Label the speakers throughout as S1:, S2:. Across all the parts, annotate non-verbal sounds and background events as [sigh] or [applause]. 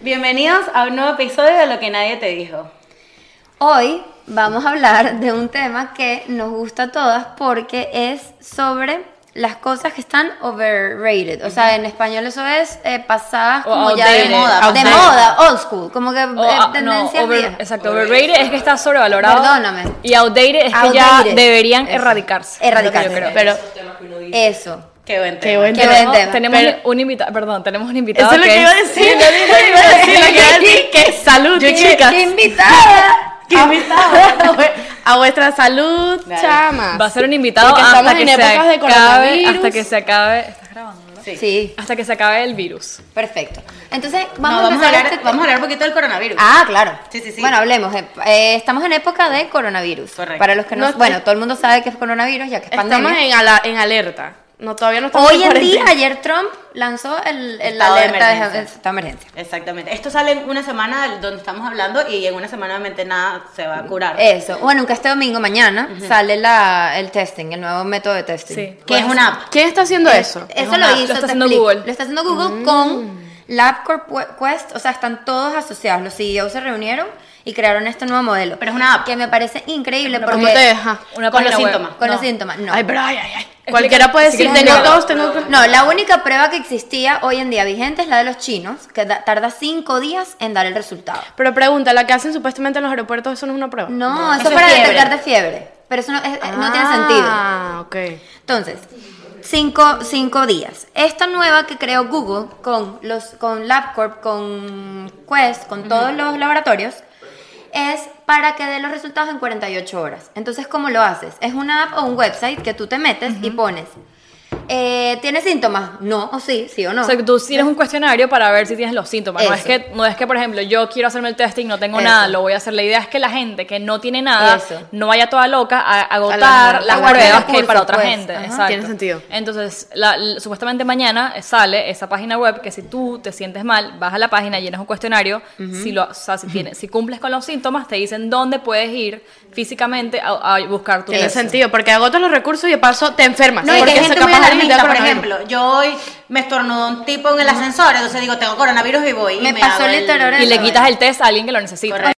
S1: Bienvenidos a un nuevo episodio de Lo que nadie te dijo.
S2: Hoy vamos a hablar de un tema que nos gusta a todas porque es sobre las cosas que están overrated. O sea, en español eso es eh, pasadas
S1: O
S2: como ya de
S1: outdated,
S2: moda. De
S1: outdated.
S2: moda, old school. Como que eh,
S3: O, ah, no,
S2: tendencia
S3: over-
S2: vieja.
S3: exacto, overrated es que está sobrevalorado.
S2: Perdóname.
S3: Y outdated es que
S2: Outdated.
S3: ya deberían
S2: Eso.
S3: erradicarse.
S2: Erradicarse.
S3: es lo que yo creo.
S1: Pero
S2: Eso.
S1: qué buen tema.
S4: Qué buen
S2: Qué
S4: tema.
S2: buen tema.
S3: Tenemos, tenemos
S1: Pero-
S3: un invitado, perdón, tenemos un invitado
S1: Eso es lo
S3: que
S1: que iba a
S3: es-
S1: decir. Yo dije, iba a decir lo que iba a decir. Que salud,
S4: Yo, Ah.
S1: chicas.
S2: ¡Qué invitada!
S1: Qué invitado.
S4: A vuestra salud,
S1: Dale.
S3: [laughs]
S4: chamas.
S3: va a ser un invitado
S4: Porque
S3: hasta
S4: estamos
S3: que,
S4: en
S3: se
S4: épocas de
S3: acabe,
S4: coronavirus.
S3: hasta que se acabe, ¿estás grabando?
S2: Sí,
S3: Hasta que se acabe el virus.
S2: perfecto. Entonces,
S1: No,
S2: vamos a empezar este...
S1: vamos a hablar un poquito del coronavirus.
S2: Ah, claro.
S1: Sí, sí, sí.
S2: Bueno, hablemos. eh, eh, estamos en época de coronavirus.
S1: Correcto.
S2: Para los que no,
S4: No,
S2: bueno, todo el mundo sabe que es coronavirus ya que es
S4: Estamos
S2: pandemia.
S4: en, ala- en alerta. No, todavía no estamos
S2: Hoy en
S4: cuarentena.
S2: día, ayer Trump lanzó el, el
S1: Estado de
S2: alerta de
S1: emergencia.
S2: el estado de emergencia.
S1: Exactamente. Esto sale en una semana del- donde estamos hablando y en una semana obviamente nada se va a curar.
S2: Eso. Bueno, que este domingo mañana sale la, el testing, el nuevo método de testing.
S3: Sí.
S1: que es una app.
S4: ¿Quién está haciendo eso?
S2: Eso
S1: Pues, una-
S2: lo
S1: lo
S2: hizo.
S3: está
S2: te
S3: haciendo
S2: explico.
S3: Google.
S2: Lo está haciendo Google con LabCorp We- Quest. O sea, están todos asociados. Los CEOs se reunieron y crearon este nuevo modelo.
S1: Pero es una app.
S2: Que me parece increíble
S4: ¿Cómo
S2: porque-
S4: te deja?
S3: Una
S1: Con
S3: página
S1: los
S3: web.
S1: síntomas.
S2: Con los
S3: No.
S2: síntomas. No.
S4: Ay, pero ay, ay, ay. Cualquiera puede
S3: si
S4: decir,
S3: quieres
S4: tengo
S3: explica.
S4: dos, tengo otro.
S2: No, la única prueba que existía hoy en día vigente es la de los chinos, que da- tarda cinco días en dar el resultado.
S4: Pero pregunta, la que hacen supuestamente en los aeropuertos, eso no es una prueba.
S2: No, eso,
S1: Eso
S2: es para
S1: es fiebre.
S2: detectar de fiebre. Pero eso no, es- es- no tiene sentido.
S4: Ah, ok.
S2: Entonces, cinco, cinco días. Esta nueva que creó Google con, los, con LabCorp, con Quest, con todos los laboratorios, es para que dé los resultados en 48 horas. Entonces, ¿cómo lo haces? Es una app o un website que tú te metes y pones. eh, ¿Tienes síntomas? No, o sí, sí o no.
S3: O sea, que tú tienes un cuestionario para ver si tienes los síntomas. No es,
S2: Eso.
S3: que, no es que, por ejemplo, yo quiero hacerme el testing, no tengo
S2: Eso.
S3: nada, lo voy a hacer. La idea es que la gente que no tiene nada
S2: Eso.
S3: no vaya toda loca a
S4: A
S3: agotar
S4: la- a
S3: las
S2: guardar
S3: pruebas que
S2: recursos,
S3: hay para otra
S2: pues.
S3: gente.
S2: Ajá.
S3: Exacto.
S4: Tiene sentido.
S3: Entonces, la- l- supuestamente mañana eh, sale esa página web que si tú te sientes mal, vas a la página, llenas un cuestionario. si, lo, o sea, si, tienes, si cumples con los síntomas, te dicen dónde puedes ir físicamente a, a buscar tu
S2: Tiene
S4: Tiene
S3: test.
S4: sentido, porque agotas los recursos y de paso te enfermas.
S1: No, y que
S4: porque
S1: hay gente
S4: eso
S1: muy
S4: capaz alguien te da
S1: alarmista, por
S4: coronavirus.
S1: ejemplo. Yo hoy me estornudó un tipo en el ascensor, entonces digo, tengo coronavirus y voy. y
S2: Me pasó
S1: hago el-
S2: literal
S3: Y le
S2: Bueno,
S3: quitas el test a alguien que lo necesita.
S1: Correcto.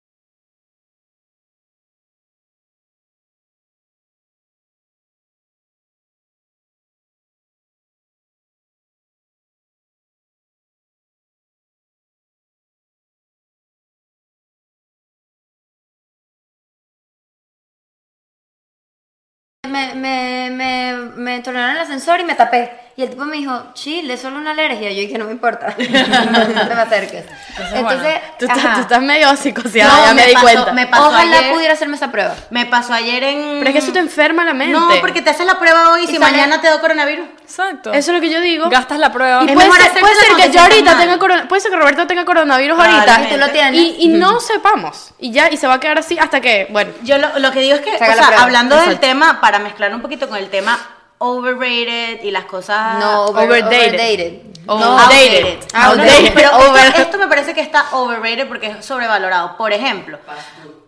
S2: Me, me, me, me entornaron el ascensor y me tapé. Y el tipo me dijo, chile, es solo una alergia. Yo dije, no me importa. [laughs] no te me acerques. Entonces,
S4: Tú, estás-
S2: ajá.
S4: tú estás medio psicoseada,
S1: No,
S4: ya me,
S1: me
S4: di
S1: pasó-
S4: cuenta.
S1: me pasó
S2: Ojalá
S1: ayer.
S2: pudiera hacerme esa prueba.
S1: Me pasó ayer en...
S4: Pero es que eso te enferma la mente.
S1: No, porque te haces la prueba hoy y
S2: Y
S1: si
S2: sale-
S1: mañana te da coronavirus.
S3: Exacto.
S4: Eso es lo que yo digo.
S3: Gastas la prueba.
S4: Y
S1: Es
S4: puede
S1: mejor
S4: ser,
S1: hacérsela
S4: puede ser
S1: cuando
S4: que
S1: te
S4: yo
S1: sientas
S4: ahorita
S1: mal.
S4: tenga corona- puede ser que Roberto tenga coronavirus
S1: Claramente.
S4: ahorita.
S2: Y tú lo tienes.
S4: Y, y no sepamos. Y ya, y se va a quedar así hasta que, bueno.
S1: Yo lo, lo que digo es que, o
S2: Se haga la
S1: sea,
S2: prueba.
S1: hablando del tema, para mezclar un poquito con el tema overrated y las cosas...
S2: No, over-
S4: overdated.
S2: overdated.
S3: Oh,
S4: No,
S1: Outdated. Ah,
S4: outdated. Oh, Outdated.
S1: Pero esto-
S4: Over-
S1: esto, me parece que está overrated porque es sobrevalorado. Por ejemplo,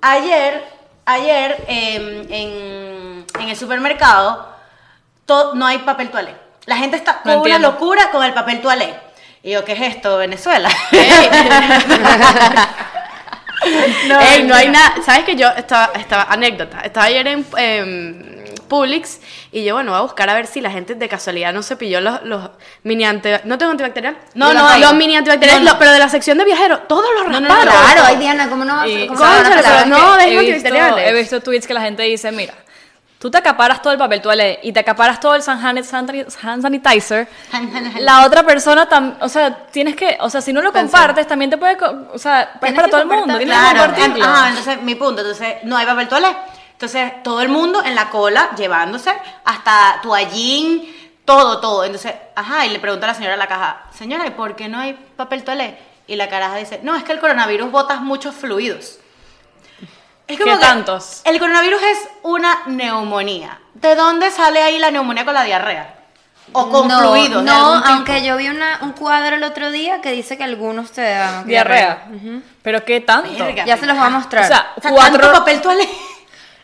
S1: ayer, ayer em, en, en el supermercado to- no hay papel toalé. La gente está con
S3: No
S1: una
S3: entiendo.
S1: locura con el papel toalé. Y yo, ¿qué es esto, Venezuela? [laughs]
S4: No, Ey, no hay nada. Sabes que yo estaba, estaba anécdota. Estaba ayer en, em, Publix y yo, bueno, voy a buscar a ver si la gente de casualidad no cepilló los, los mini antibacteriales. ¿No tengo antibacterial?
S1: No,
S4: Yo
S1: no
S4: los
S1: hay.
S4: Los mini antibacteriales,
S1: No, no.
S4: lo- pero de la sección de viajeros, todos los rasparon.
S2: Claro, ay Diana, ¿cómo no?
S3: Y-
S2: Ah, ¿cómo
S4: Cónchale,
S2: no van a parar?
S4: pero no,
S3: he
S4: dejen
S3: visto-
S4: antibacteriales.
S3: He visto tweets que la gente dice, mira, tú te acaparas todo el papel toalé y te acaparas todo el San Han- San- hand sanitizer, la otra persona, tam- o sea, tienes que, o sea, si no lo compartes, también te puede, co- o sea, es
S2: Tienes
S3: para
S2: que
S3: todo el mundo,
S2: compartir-
S3: tienes que
S1: Claro,
S3: compartirlo.
S1: ajá, entonces mi punto, entonces no hay papel toalé. Entonces todo el mundo en la cola llevándose hasta toallín, todo, todo. Entonces, ajá, y le pregunta a la señora a la caja, señora, ¿y por qué no hay papel toalé? Y la caraja dice, no, es que el coronavirus botas muchos fluidos. Es
S3: ¿Qué tantos?
S1: El coronavirus es una neumonía. ¿De dónde sale ahí la neumonía con la diarrea? O con
S2: no,
S1: fluidos. de
S2: No,
S1: algún tipo.
S2: aunque yo vi una, un cuadro el otro día que dice que algunos te dan
S3: Diarrea. Pero qué tanto.
S1: Verga.
S2: Ya se los voy a mostrar.
S3: O sea,
S1: O sea,
S3: cuatro.
S1: tanto papel toalé.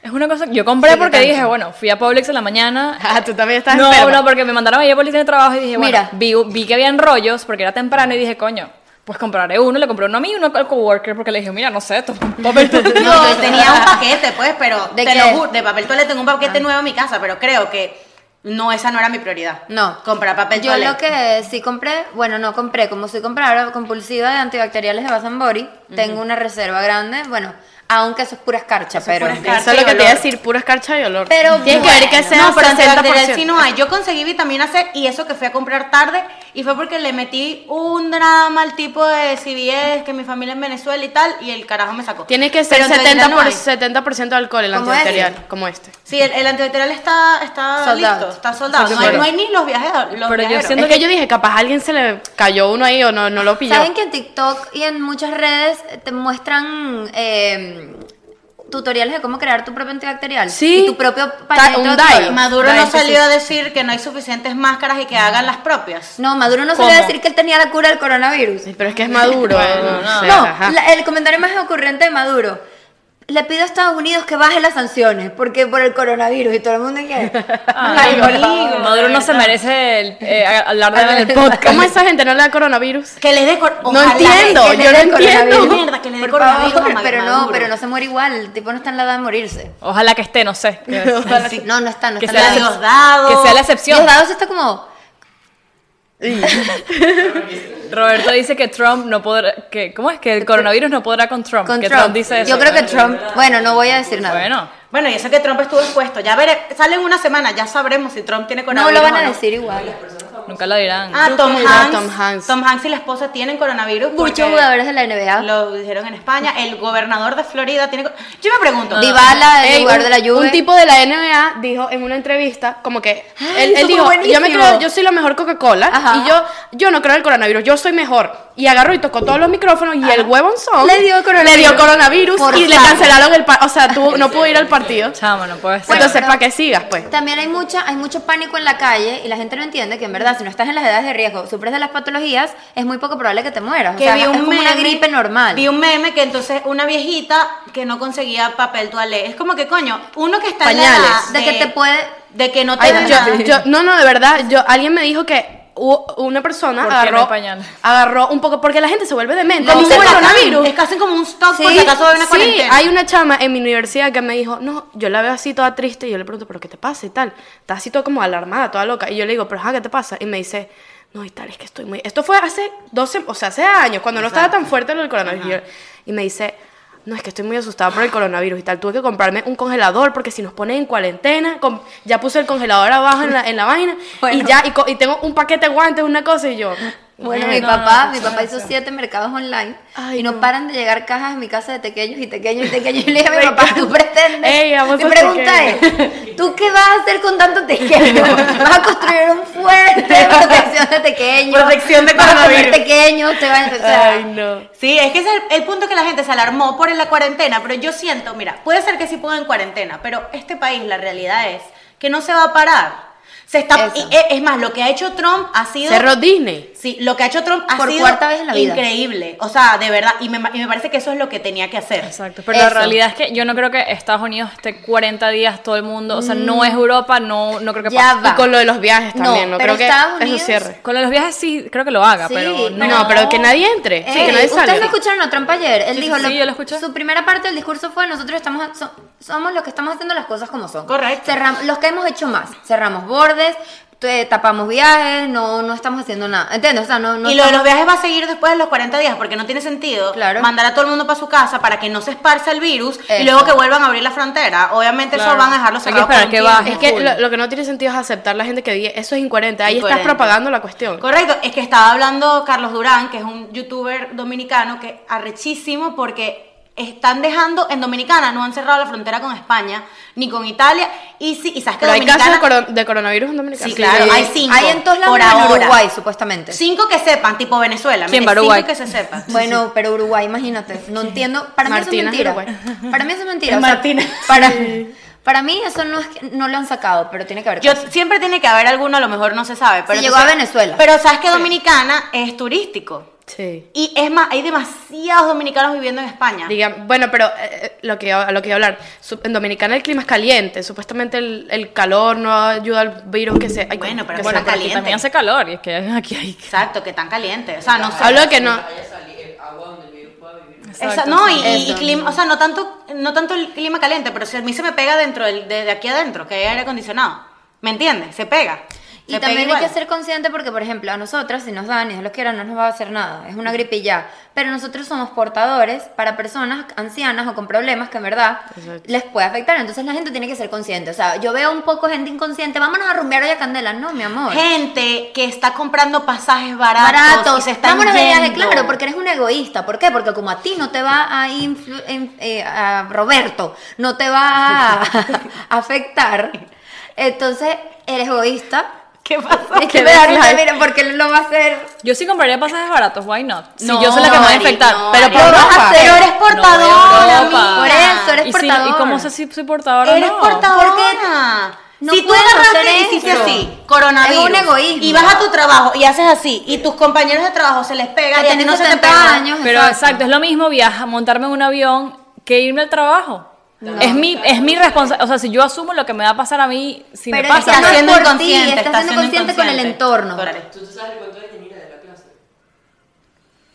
S3: Es una cosa que yo compré
S2: Sí, qué
S3: porque
S2: tanto.
S3: dije, bueno, fui a Publix en la mañana.
S4: Ah, tú también estás
S3: No,
S4: enferma.
S3: no, porque me mandaron a ir a Publix en el trabajo y dije, bueno,
S2: Mira.
S3: vi, vi que habían rollos porque era temprano y dije, coño, Pues compraré uno, le compré uno a mí y uno al coworker porque le dije, mira, no sé, toma
S2: [laughs]
S3: un papel
S1: No, yo tenía [laughs] un paquete, pues, pero
S2: ¿De
S1: te
S2: qué?
S1: lo ju- de Ah. papel toalé tengo un paquete nuevo en mi casa, pero creo que no, esa no era mi prioridad.
S2: No.
S1: Comprar papel
S2: Yo
S1: toalé.
S2: lo que sí compré, bueno, no compré, como soy compradora compulsiva de antibacteriales de Bath Body, tengo una reserva grande, bueno, aunque eso es pura escarcha, pero...
S1: pura escarcha.
S4: Eso es lo que te iba a
S1: olor.
S4: decir, pura escarcha y olor.
S2: Pero
S4: Tienes que ver que
S2: bueno.
S4: sea
S1: no, pero
S4: 60%.
S1: antibacterial sí no hay. Yo conseguí vitamina C y eso que fui a comprar tarde y fue porque le metí un drama al tipo de CBS que mi familia es en Venezuela y tal y el carajo me sacó.
S4: Tiene que ser
S1: Pero en realidad
S4: 70%,
S1: no
S4: por,
S1: hay.
S4: 70 de alcohol el
S2: Como
S4: antibacterial,
S2: este.
S4: como este.
S1: Sí, el, el antibacterial está, está
S2: Sold out.
S1: listo, está soldado. No hay,
S4: Pero-
S1: no hay ni los viajeros. Los
S3: pero yo
S1: viajeros.
S3: siento-
S4: Es que yo dije, capaz a alguien se le cayó uno ahí o no, no lo pilló.
S2: Saben que en TikTok y en muchas redes te muestran eh, tutoriales de cómo crear tu propio antibacterial.
S4: Sí.
S2: Y tu propio
S4: Ta-
S2: pañuelito
S4: un
S2: de
S4: dye.
S2: cloro.
S1: Eh, Maduro
S4: Ay,
S1: no
S4: sí, sí.
S1: salió a decir que no hay suficientes máscaras y que hagan las propias.
S2: No, Maduro no suele
S4: ¿Cómo?
S2: decir que él tenía la cura del coronavirus.
S4: Sí, Pero es que es maduro.
S3: Bueno,
S4: no,
S3: no.
S4: sé,
S2: No,
S4: ajá. [laughs]
S2: la- el comentario más ocurrente de Maduro. Le pido a Estados Unidos que baje las sanciones, porque por el coronavirus y todo el mundo
S4: [laughs]
S2: que...
S3: Ay,
S1: Ay,
S3: por
S1: amigo,
S3: favor. Maduro no se merece el, eh, hablar de él en el
S4: ¿Cómo
S3: podcast.
S4: esa gente no le da coronavirus?
S1: Que les dé cor-
S4: No
S1: ojalá
S4: entiendo.
S1: que-
S4: yo no entiendo.
S1: Mierda, que le dé
S2: Por
S1: coronavirus
S2: favor,
S1: a
S2: pero no,
S1: Maduro.
S2: pero no se muere igual, el tipo no está en la edad de morirse.
S3: Ojalá que esté, no sé. Que,
S2: Sí. No, no está, no
S3: que
S2: está
S3: sea la
S2: en
S3: excep-
S2: la edad.
S1: Diosdado.
S3: que sea la excepción.
S2: Diosdado sí está como...
S3: Roberto dice que Trump no podrá. Que, ¿Cómo es? Que el coronavirus no podrá con Trump.
S2: Con
S3: que
S2: Trump.
S3: Trump dice eso.
S2: Yo creo que Trump... Bueno, no voy a decir nada.
S3: Bueno,
S1: Bueno, y eso que Trump estuvo expuesto. Ya veré, sale en una semana, ya sabremos si Trump tiene
S2: no
S1: coronavirus.
S2: lo van a
S1: o no.
S2: decir igual.
S3: nunca lo dirán.
S1: Ah,
S4: Creo
S1: Tom
S4: que era
S1: Hanks,
S4: Tom Hanks.
S1: Tom Hanks y la esposa tienen coronavirus. porque
S2: Muchos jugadores de la NBA.
S1: Lo dijeron en España. El gobernador de Florida tiene. co- Yo me pregunto.
S2: Dybala, el
S4: Ey,
S2: lugar
S4: un,
S2: de la lluvia.
S4: un tipo de la NBA dijo en una entrevista como que
S2: Ay,
S4: él,
S2: Ah, eso fue
S4: él dijo yo me
S2: buenísimo.
S4: creo yo soy la mejor Coca-Cola
S2: Ajá.
S4: y yo yo no creo en el coronavirus yo soy mejor y agarró y tocó todos los micrófonos y el huevón son
S2: Le dio coronavirus.
S4: le dio coronavirus
S2: Por
S4: y le
S2: favor.
S4: cancelaron el pa- o sea tuvo- no pudo ir al partido
S3: Chamo, no puede ser.
S4: entonces para que sigas pues
S2: También hay mucha, hay mucho pánico en la calle y la gente no entiende que en verdad si no estás en las edades de riesgo, sufres de las patologías, es muy poco probable que te mueras. o
S1: que
S2: sea,
S1: vi
S2: es
S1: un
S2: como
S1: meme,
S2: una gripe normal.
S1: Vi un meme que entonces una viejita que no conseguía papel toalé. Es como que coño, uno que está en la edad
S2: De que te puede-
S1: de que no te
S4: Ay,
S1: da nada.
S4: yo, yo- no, no, de verdad, yo, alguien me dijo que hubo una persona
S3: ¿Por qué no hay
S4: agarró,
S3: pañal?
S4: agarró un poco, porque la gente se vuelve demente.
S1: No,
S4: mismo
S1: se
S4: el
S1: sacan,
S4: coronavirus.
S1: Es casi como un stock por
S4: Sí,
S1: si acaso hay una
S4: sí,
S1: cuarentena.
S4: hay una chama en mi universidad que me dijo, no, yo la veo así toda triste y yo le pregunto, pero ¿qué te pasa y tal? Está así toda como alarmada, toda loca. Y yo le digo, pero ajá, ¿qué te pasa? Y me dice, no, y tal, es que estoy muy... Esto fue hace 12, o sea, hace años, cuando no estaba tan fuerte lo del coronavirus. Y yo- Y me dice, no, es que estoy muy asustada por el coronavirus y tal. Tuve que comprarme un congelador porque si nos ponen en cuarentena, com- ya puse el congelador abajo en la, en la
S1: [laughs]
S4: vaina y
S2: Bueno.
S4: ya, y, co- y tengo un paquete de guantes, una cosa y yo...
S2: Bueno,
S4: "Mierda".
S2: mi papá, mi papá hizo siete mercados online
S4: Ay,
S2: y no,
S4: no.
S2: paran de llegar cajas a mi casa de tequeños y tequeños y tequeños. Y le
S1: [laughs]
S2: dije a mi papá, tú pretendes.
S4: Ey, vamos
S2: mi
S4: por
S2: pregunta es, ¿tú qué vas a hacer con tanto
S1: [laughs]
S2: tequeño? ¿Vas a construir un fuerte protección de tequeños?
S1: Protección de
S2: ¿Vas a comer
S1: coronavirus.
S2: tequeños? ¿Te vas a... o sea,
S4: Ay, no.
S1: Sí, es que ese es el, el punto que la gente se alarmó por la cuarentena, pero yo siento, mira, puede ser que sí pongan cuarentena, pero este país la realidad es que no se va a parar. Se está,
S2: Eso.
S1: y e- es más, lo que ha hecho Trump ha sido...
S4: Cerró Disney.
S1: Sí, lo que ha hecho Trump ha
S2: Por
S1: sido
S2: cuarta vez en la vida.
S1: increíble. O sea, de verdad, y me, y me parece que eso es lo que tenía que hacer.
S3: Exacto, pero la
S2: Eso.
S3: realidad es que yo no creo que Estados Unidos esté 40 días todo el mundo, o sea, no es Europa, no, no creo que
S2: Ya
S3: pase.
S2: va.
S4: Y con lo de los viajes también,
S2: No,
S4: ¿no?
S2: pero
S4: Creo que
S2: Estados Unidos-
S4: eso cierre.
S3: Con lo de los viajes sí, creo que lo haga,
S2: Sí,
S3: pero
S2: pero-
S3: no.
S4: No, pero que nadie entre, sí,
S2: Ey,
S4: que nadie
S2: Ustedes
S4: salga.
S2: no escucharon a Trump ayer. Él
S3: Sí,
S2: dijo
S3: sí,
S2: lo-
S3: sí, yo lo escuché.
S2: Su primera parte del discurso fue nosotros estamos so- somos los que estamos haciendo las cosas como son.
S1: Correcto.
S2: Cerram- los que hemos hecho más. Cerramos bordes, t- eh, tapamos viajes, no, no estamos haciendo nada. ¿Entiendes? O sea, no, no
S1: y lo de
S2: estamos-
S1: los viajes va a seguir después de los 40 días, porque no tiene sentido
S2: Claro.
S1: mandar a todo el mundo para su casa para que no se esparza el virus
S2: Eso.
S1: y luego que vuelvan a abrir la frontera. Obviamente
S3: Claro.
S1: eso van a dejarlo
S3: Hay que
S1: cerrado.
S3: esperar
S1: por un
S3: que
S1: tiempo.
S3: baje.
S4: Es que lo, lo que no tiene sentido es aceptar la gente que diga, eso es incoherente, ahí
S1: Incoherente.
S4: estás propagando la cuestión.
S1: Correcto, es que estaba hablando Carlos Durán, que es un youtuber dominicano que arrechísimo porque están dejando en Dominicana, no han cerrado la frontera con España ni con Italia y sí, y sabes que
S4: Pero hay casos de,
S1: Dominicana
S4: coron- de coronavirus en Dominicana.
S1: Sí, claro,
S2: Sí.
S1: hay cinco
S2: Hay en todos lados
S1: por
S2: menos en
S1: ahora.
S2: Uruguay, supuestamente.
S1: cinco que sepan, tipo Venezuela,
S3: ¿Quién
S1: mire,
S3: va a Uruguay?
S1: cinco que se sepan.
S2: Bueno, pero Uruguay, imagínate. No entiendo. Para
S4: Martina
S2: mí
S4: es
S2: eso es mentira.
S4: Uruguay.
S2: Para mí eso es mentira.
S1: Es
S2: o sea,
S1: Martina.
S2: Para, para mí eso no es que no lo han sacado, pero tiene que haber.
S1: Yo
S2: casos.
S1: siempre tiene que haber alguno, a lo mejor no se sabe, pero
S2: llegó
S1: entonces-
S2: a Venezuela.
S1: Pero sabes que Dominicana es turístico.
S4: Sí.
S1: Y es más, hay demasiados dominicanos viviendo en España.
S4: Diga- bueno, pero eh, eh, lo que a lo que iba a hablar, su- en Dominicana el clima es caliente, supuestamente el, el calor no ayuda al virus que se... ay,
S1: Bueno, pero
S4: que
S1: bueno,
S3: Bueno,
S4: se-
S3: pero aquí
S1: caliente.
S3: también hace calor y es que aquí hay...
S1: Exacto, que tan caliente. O sea, no sé.
S4: Hablo de que no...
S1: Esa- no, y, y- y clima, o sea, no tanto, no tanto el clima caliente, pero si a mí se me pega dentro, del- desde aquí adentro, que hay aire acondicionado. ¿Me entiendes? Se pega.
S2: Y
S1: Se pega
S2: también hay
S1: igual.
S2: que ser consciente porque, por ejemplo, a nosotras, si nos dan y Dios los quiera, no nos va a hacer nada. Es
S1: Mm.
S2: una gripe y ya. Pero nosotros somos portadores para personas ancianas o con problemas que en verdad
S4: Exacto.
S2: les puede afectar. Entonces la gente tiene que ser consciente. O sea, yo veo un poco gente inconsciente. Vámonos a rumbear hoy a Candela. No, mi amor.
S1: Gente que está comprando pasajes baratos,
S2: Barato.
S1: y se están
S2: Vámonos de viaje,
S1: yendo.
S2: claro, porque eres un egoísta. ¿Por qué? Porque como a ti no te va a, influ- en- eh, a Roberto, no te
S1: [laughs]
S2: va a [laughs] afectar, entonces eres egoísta.
S1: ¿Qué pasó?
S2: Es [laughs] que me da risa, mira, porque él lo va a hacer.
S3: Yo sí compraría pasajes baratos, why not? Si
S1: No,
S3: yo soy la que me voy a
S1: Ari,
S3: infectar.
S1: no,
S3: pero
S1: Ari,
S3: por
S1: no
S3: ropa.
S1: vas a hacer, eres
S3: No,
S1: portadora,
S3: voy a
S2: Por
S1: amiga.
S2: eso, eres
S3: ¿Y, si-
S2: portador.
S3: ¿Y cómo sé si soy portadora o
S1: Eres
S3: no?
S1: portadora.
S2: no
S1: si tú
S2: puedes
S1: agarraste
S2: hacer
S1: y hiciste
S2: eso.
S1: así, coronavirus.
S2: Es un egoísmo.
S1: Y vas a tu trabajo y haces así, y tus compañeros de trabajo se les pega, y
S2: Que
S1: a ti
S2: tenés
S1: no se te
S2: 70
S1: pega.
S2: años.
S3: Pero exacto. es lo mismo viajar, montarme en un avión que irme al trabajo. Es mi, es mi responsabilidad. O sea, si yo asumo lo que me va a pasar a mí, si
S2: Pero
S3: me
S2: es que
S3: pasa.
S2: no
S1: Estás
S2: es
S1: siendo
S2: por ti,
S1: inconsciente.
S2: estás siendo consciente con el entorno.
S1: Correcto.
S5: ¿Tú sabes el cuento de Yanira de la clase?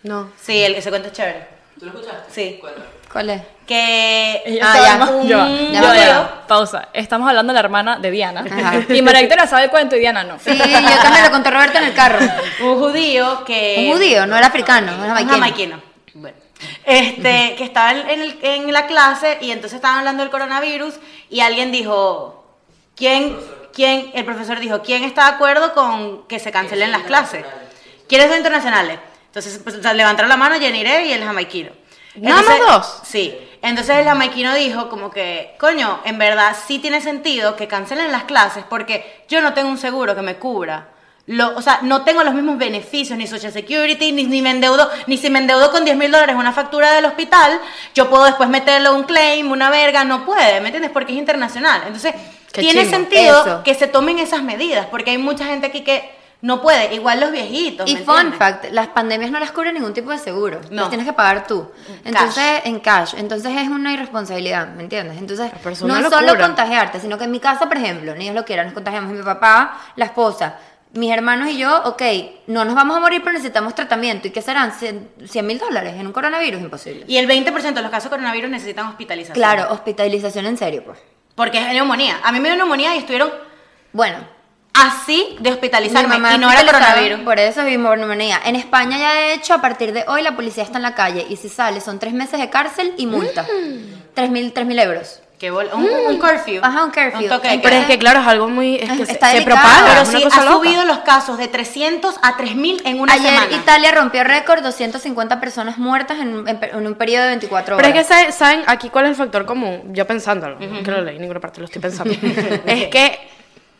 S4: No.
S1: Sí, el que se cuenta es chévere.
S5: ¿Tú lo escuchaste?
S1: Sí.
S5: Cuéntame.
S2: ¿Cuál es?
S1: Que.
S3: Ella
S2: Ah,
S3: se
S2: ya.
S3: llama-
S1: un-
S3: yo-
S1: un
S3: yo-
S2: ya.
S1: video.
S3: Pausa. Estamos hablando de la hermana de Diana.
S2: Ajá.
S3: Y María Victoria sabe el cuento y Diana no.
S2: Sí, yo también lo conté a Roberto en el carro.
S1: Un judío que.
S2: Un judío, no era africano, no era
S1: Un
S2: jamaiquino.
S1: jamaiquino. Bueno. Este, que estaba en, en el- en la clase y entonces estaban hablando del coronavirus y alguien dijo, ¿quién, quién, el profesor dijo, ¿quién está de acuerdo con que se cancelen las clases? ¿Quiénes son internacionales? Entonces pues, o sea, levantaron la mano Jenire y el jamaiquino.
S4: ¿Nada más
S1: Entonces-
S4: dos?
S1: Sí. Entonces el jamaiquino dijo como que, coño, en verdad sí tiene sentido que cancelen las clases porque yo no tengo un seguro que me cubra. Lo- o sea, no tengo los mismos beneficios, ni Social Security, ni, ni me endeudo, ni si me endeudo con 10 mil dólares una factura del hospital, yo puedo después meterle un claim, una verga, no puede, ¿me entiendes? Porque es internacional. Entonces,
S4: Qué
S1: tiene
S4: chimbo,
S1: sentido
S2: eso.
S1: que se tomen esas medidas, porque hay mucha gente aquí que no puede, igual los viejitos.
S2: Y
S1: ¿me
S2: fun
S1: entiendes?
S2: fact, las pandemias no las cubre ningún tipo de seguro.
S1: No.
S2: Las tienes que pagar tú. Entonces, en cash. Entonces es una irresponsabilidad, ¿me entiendes? Entonces,
S4: Pero es
S2: no
S4: una
S2: es solo
S4: locura.
S2: contagiarte, sino que en mi casa, por ejemplo, ni Dios lo quiera, nos contagiamos mi papá, la esposa, mis hermanos y yo, ok, no nos vamos a morir, pero necesitamos tratamiento. ¿Y qué serán? ¿100 mil dólares en un coronavirus? Imposible.
S1: Y el 20% de los casos de coronavirus necesitan hospitalización.
S2: Claro, hospitalización en serio, pues.
S1: Porque es neumonía. A mí me dio neumonía y estuvieron
S2: Bueno,
S1: así de
S2: Mi
S1: hospitalizarme
S2: mamá
S1: y no era
S2: hospitalizada
S1: coronavirus.
S2: Por eso vivo neumonía. En España ya de hecho, a partir de hoy la policía está en la calle y si sale son tres meses de cárcel y multa. Tres mil, tres mil euros.
S1: Qué bola- un, un curfew.
S2: Mm. Ajá, un curfew.
S1: Un toque de
S4: Pero
S1: queda.
S4: es que claro, es algo muy... Es
S2: Es-
S4: que se-
S2: está
S4: se,
S2: delicado.
S4: propaga.
S1: pero
S4: es una
S1: sí,
S4: cosa
S1: ha
S4: loca.
S1: subido los casos de 300 a 3000 en una
S2: Ayer
S1: semana.
S2: Italia rompió récord, 250 personas muertas en, en- en un periodo de 24
S4: Pero
S2: horas.
S4: es que sabe- saben aquí cuál es el factor común. Yo pensándolo, no que lo leí en ninguna parte, lo
S2: [laughs]
S4: estoy pensando. es que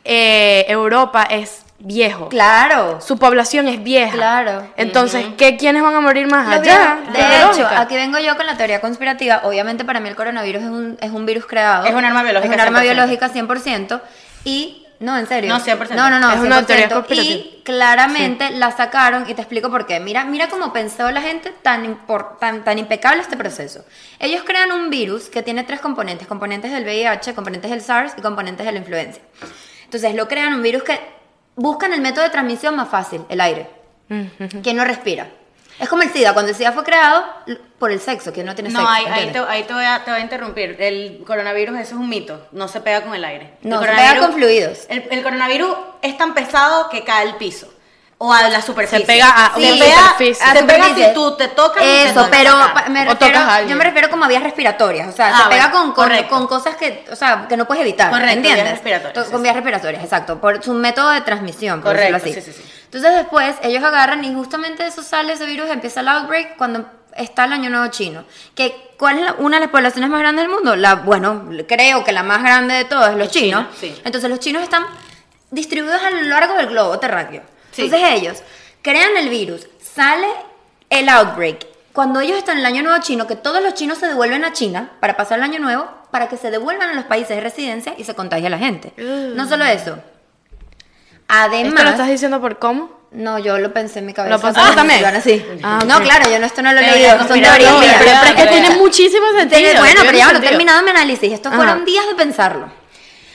S4: eh, Europa es viejo.
S2: Claro.
S4: Su población es vieja.
S2: Claro.
S4: Entonces, ¿qué quiénes van a morir más
S2: Lo
S4: allá?
S2: vieron.
S4: Tiene
S2: De hecho,
S4: lógica.
S2: aquí vengo yo con la teoría conspirativa. Obviamente para mí el coronavirus es un, es un virus creado.
S1: Es un arma biológica
S2: Es un arma
S1: 100%.
S2: biológica 100%. Y, no, en serio.
S1: No, 100%.
S2: No, no, no,
S4: Es una teoría
S2: 100%.
S4: conspirativa.
S2: Y claramente la sacaron y te explico por qué. Mira, mira cómo pensó la gente tan, impor- tan, tan impecable este proceso. Ellos crean un virus que tiene tres componentes. Componentes del VIH, componentes del SARS y componentes de la influenza. Entonces lo crean un virus que buscan el método de transmisión más fácil, el aire. ¿Quién no respira? Es como el SIDA. Cuando el SIDA fue creado l- por el sexo, ¿quién no tiene
S1: no,
S2: sexo?
S1: ahí, ahí, te,
S2: ¿entiendes?
S1: ahí te voy a, te voy a interrumpir. El coronavirus, eso es un mito. No se pega con el aire. El
S2: No, se pega
S1: coronavirus-
S2: con fluidos.
S1: El, el coronavirus es tan pesado que cae al piso o a la superficie.
S4: pega a
S1: Se
S4: una
S1: pega-
S4: superficie.
S1: Se
S2: tú
S1: pega
S2: dices.
S1: si tú te tocas. y te
S2: Ah, Eso,
S1: tocas
S2: pero
S1: acá.
S2: pa- me
S4: O
S2: refiero-
S4: tocas a alguien.
S2: yo me refiero como a vías respiratorias. O sea,
S1: Ah,
S2: se pega
S1: bueno,
S2: con, con,
S1: correcto.
S2: con cosas que, o sea, que no puedes evitar.
S1: Correcto, vías
S2: ¿Entiendes?
S1: respiratorias,
S2: To-
S1: sí,
S2: Con
S1: sí.
S2: vías respiratorias, exacto. Por su método de transmisión, por
S1: Correcto,
S2: decirlo
S1: sí,
S2: así.
S1: sí, sí.
S2: Entonces después ellos agarran y justamente de eso sale ese virus, empieza el outbreak cuando está el año nuevo chino. Que, ¿Cuál es la- una de las poblaciones más grandes del mundo? La, bueno, creo que la más grande de todas, los
S1: Es China,
S2: chinos.
S1: sí.
S2: Entonces los chinos están distribuidos a lo largo del globo terráqueo.
S1: Sí.
S2: Entonces ellos crean el virus, sale el outbreak. Cuando ellos están en el año nuevo chino, que todos los chinos se devuelven a China para pasar el año nuevo, para que se devuelvan a los países de residencia y se contagie a la gente. No solo eso.
S4: Mm. ¿Esto lo estás
S2: Además,
S4: diciendo por cómo?
S2: no, yo lo pensé en mi cabeza.
S4: ¿Lo pensaste
S2: cuando me
S4: también?
S2: llevaron así.
S4: Ah,
S2: No,
S4: ok.
S2: claro, yo no, esto no lo he
S1: Teoría
S2: leído. Son
S1: conspirativa,
S2: teorías mías.
S1: Pero-
S4: Pero, es que
S1: pero-
S4: tiene muchísimo
S2: Tiene-
S4: sentido.
S2: bueno, pero
S4: tiene
S2: ya no he
S4: sentido.
S2: terminado mi análisis. Estos
S4: Ajá.
S2: fueron días de pensarlo.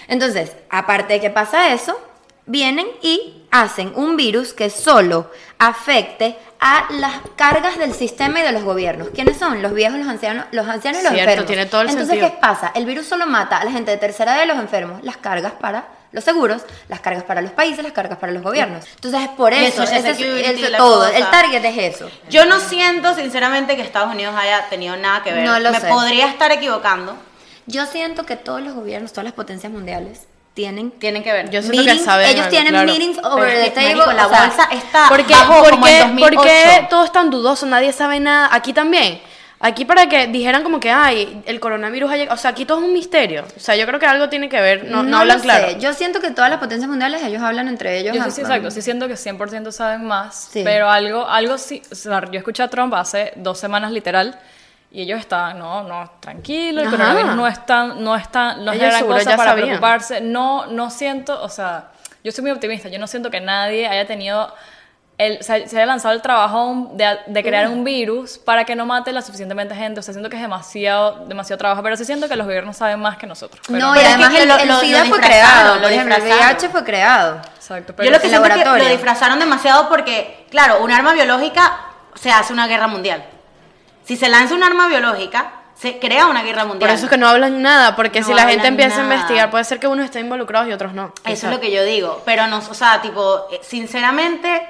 S2: Entonces, aparte de que pasa eso, vienen y hacen un virus que solo afecte a las cargas del sistema y de los gobiernos. ¿Quiénes son? Los viejos, los ancianos, los ancianos y los
S4: Cierto,
S2: enfermos.
S4: tiene todo el
S2: Entonces,
S4: sentido.
S2: ¿qué pasa? El virus solo mata a la gente de tercera edad y los enfermos. Las cargas para los seguros, las cargas para los países, las cargas para los gobiernos. Entonces, es por
S1: Y el
S2: eso,
S1: Social
S2: ese es
S1: Security,
S2: el-
S1: la
S2: todo,
S1: cosa.
S2: el target es eso.
S1: Yo no siento, sinceramente, que Estados Unidos haya tenido nada que ver.
S2: No lo
S1: Me
S2: sé.
S1: podría estar equivocando.
S2: Yo siento que todos los gobiernos, todas las potencias mundiales tienen
S1: Tienen que ver.
S4: Yo siento que
S2: meetings,
S4: saben
S2: ellos
S4: algo,
S2: tienen
S4: claro.
S2: meetings
S1: Pero
S2: over
S1: es
S2: the
S1: que,
S2: table,
S1: marico, la
S2: o sea,
S1: bolsa está
S4: ¿Por qué,
S1: bajó
S4: por
S1: como
S4: qué-
S1: en
S4: por
S1: 2008.
S4: qué todo es tan dudoso? Nadie sabe nada. Aquí también. Aquí para que dijeran como que, ay, el coronavirus ha llegado. O sea, aquí todo es un misterio. O sea, yo creo que algo tiene que ver. No, no,
S2: lo
S4: hablan
S2: sé.
S4: claro.
S2: Yo siento que todas las potencias mundiales ellos hablan entre ellos.
S3: Yo
S2: ah,
S3: sí, sí,
S2: bueno.
S3: exacto. Sí siento que 100% saben más,
S2: Sí.
S3: pero algo, algo sí. o sea, yo escuché a Trump hace dos semanas literal y ellos estaban, no, no, tranquilo, el
S4: Ajá.
S3: coronavirus no es tan, no es tan, no es la
S4: Ellos
S3: gran
S4: seguro
S3: cosa
S4: ya
S3: para
S4: sabían.
S3: preocuparse. No, no siento, o sea, yo soy muy optimista. Yo no siento que nadie haya tenido el, se, se haya lanzado el trabajo un- de, de crear un virus para que no mate la suficientemente gente. O sea, siento que es demasiado, demasiado trabajo, pero sí siento que los gobiernos saben más que nosotros. pero-
S2: No, y
S1: Pero es
S2: además
S1: que
S2: el,
S1: lo-
S2: el
S1: lo-
S2: SIDA
S1: lo
S2: fue
S1: disfrazaron,
S2: creado,
S1: lo
S2: por ejemplo, el
S1: disfrazaron.
S2: VIH fue creado.
S3: exacto. Pero
S1: Yo lo que
S2: en
S1: siento es que lo
S2: laboratorio.
S1: disfrazaron demasiado porque, claro, un arma biológica se hace una guerra mundial. Si se lanza un arma biológica, se crea una guerra mundial.
S4: Por eso es que no hablan nada, porque
S1: No
S4: si la
S1: hablan
S4: gente empieza
S1: nada.
S4: a investigar, puede ser que unos estén involucrados y otros no.
S1: Eso es lo que yo digo. Pero no, o sea, tipo, eh, sinceramente,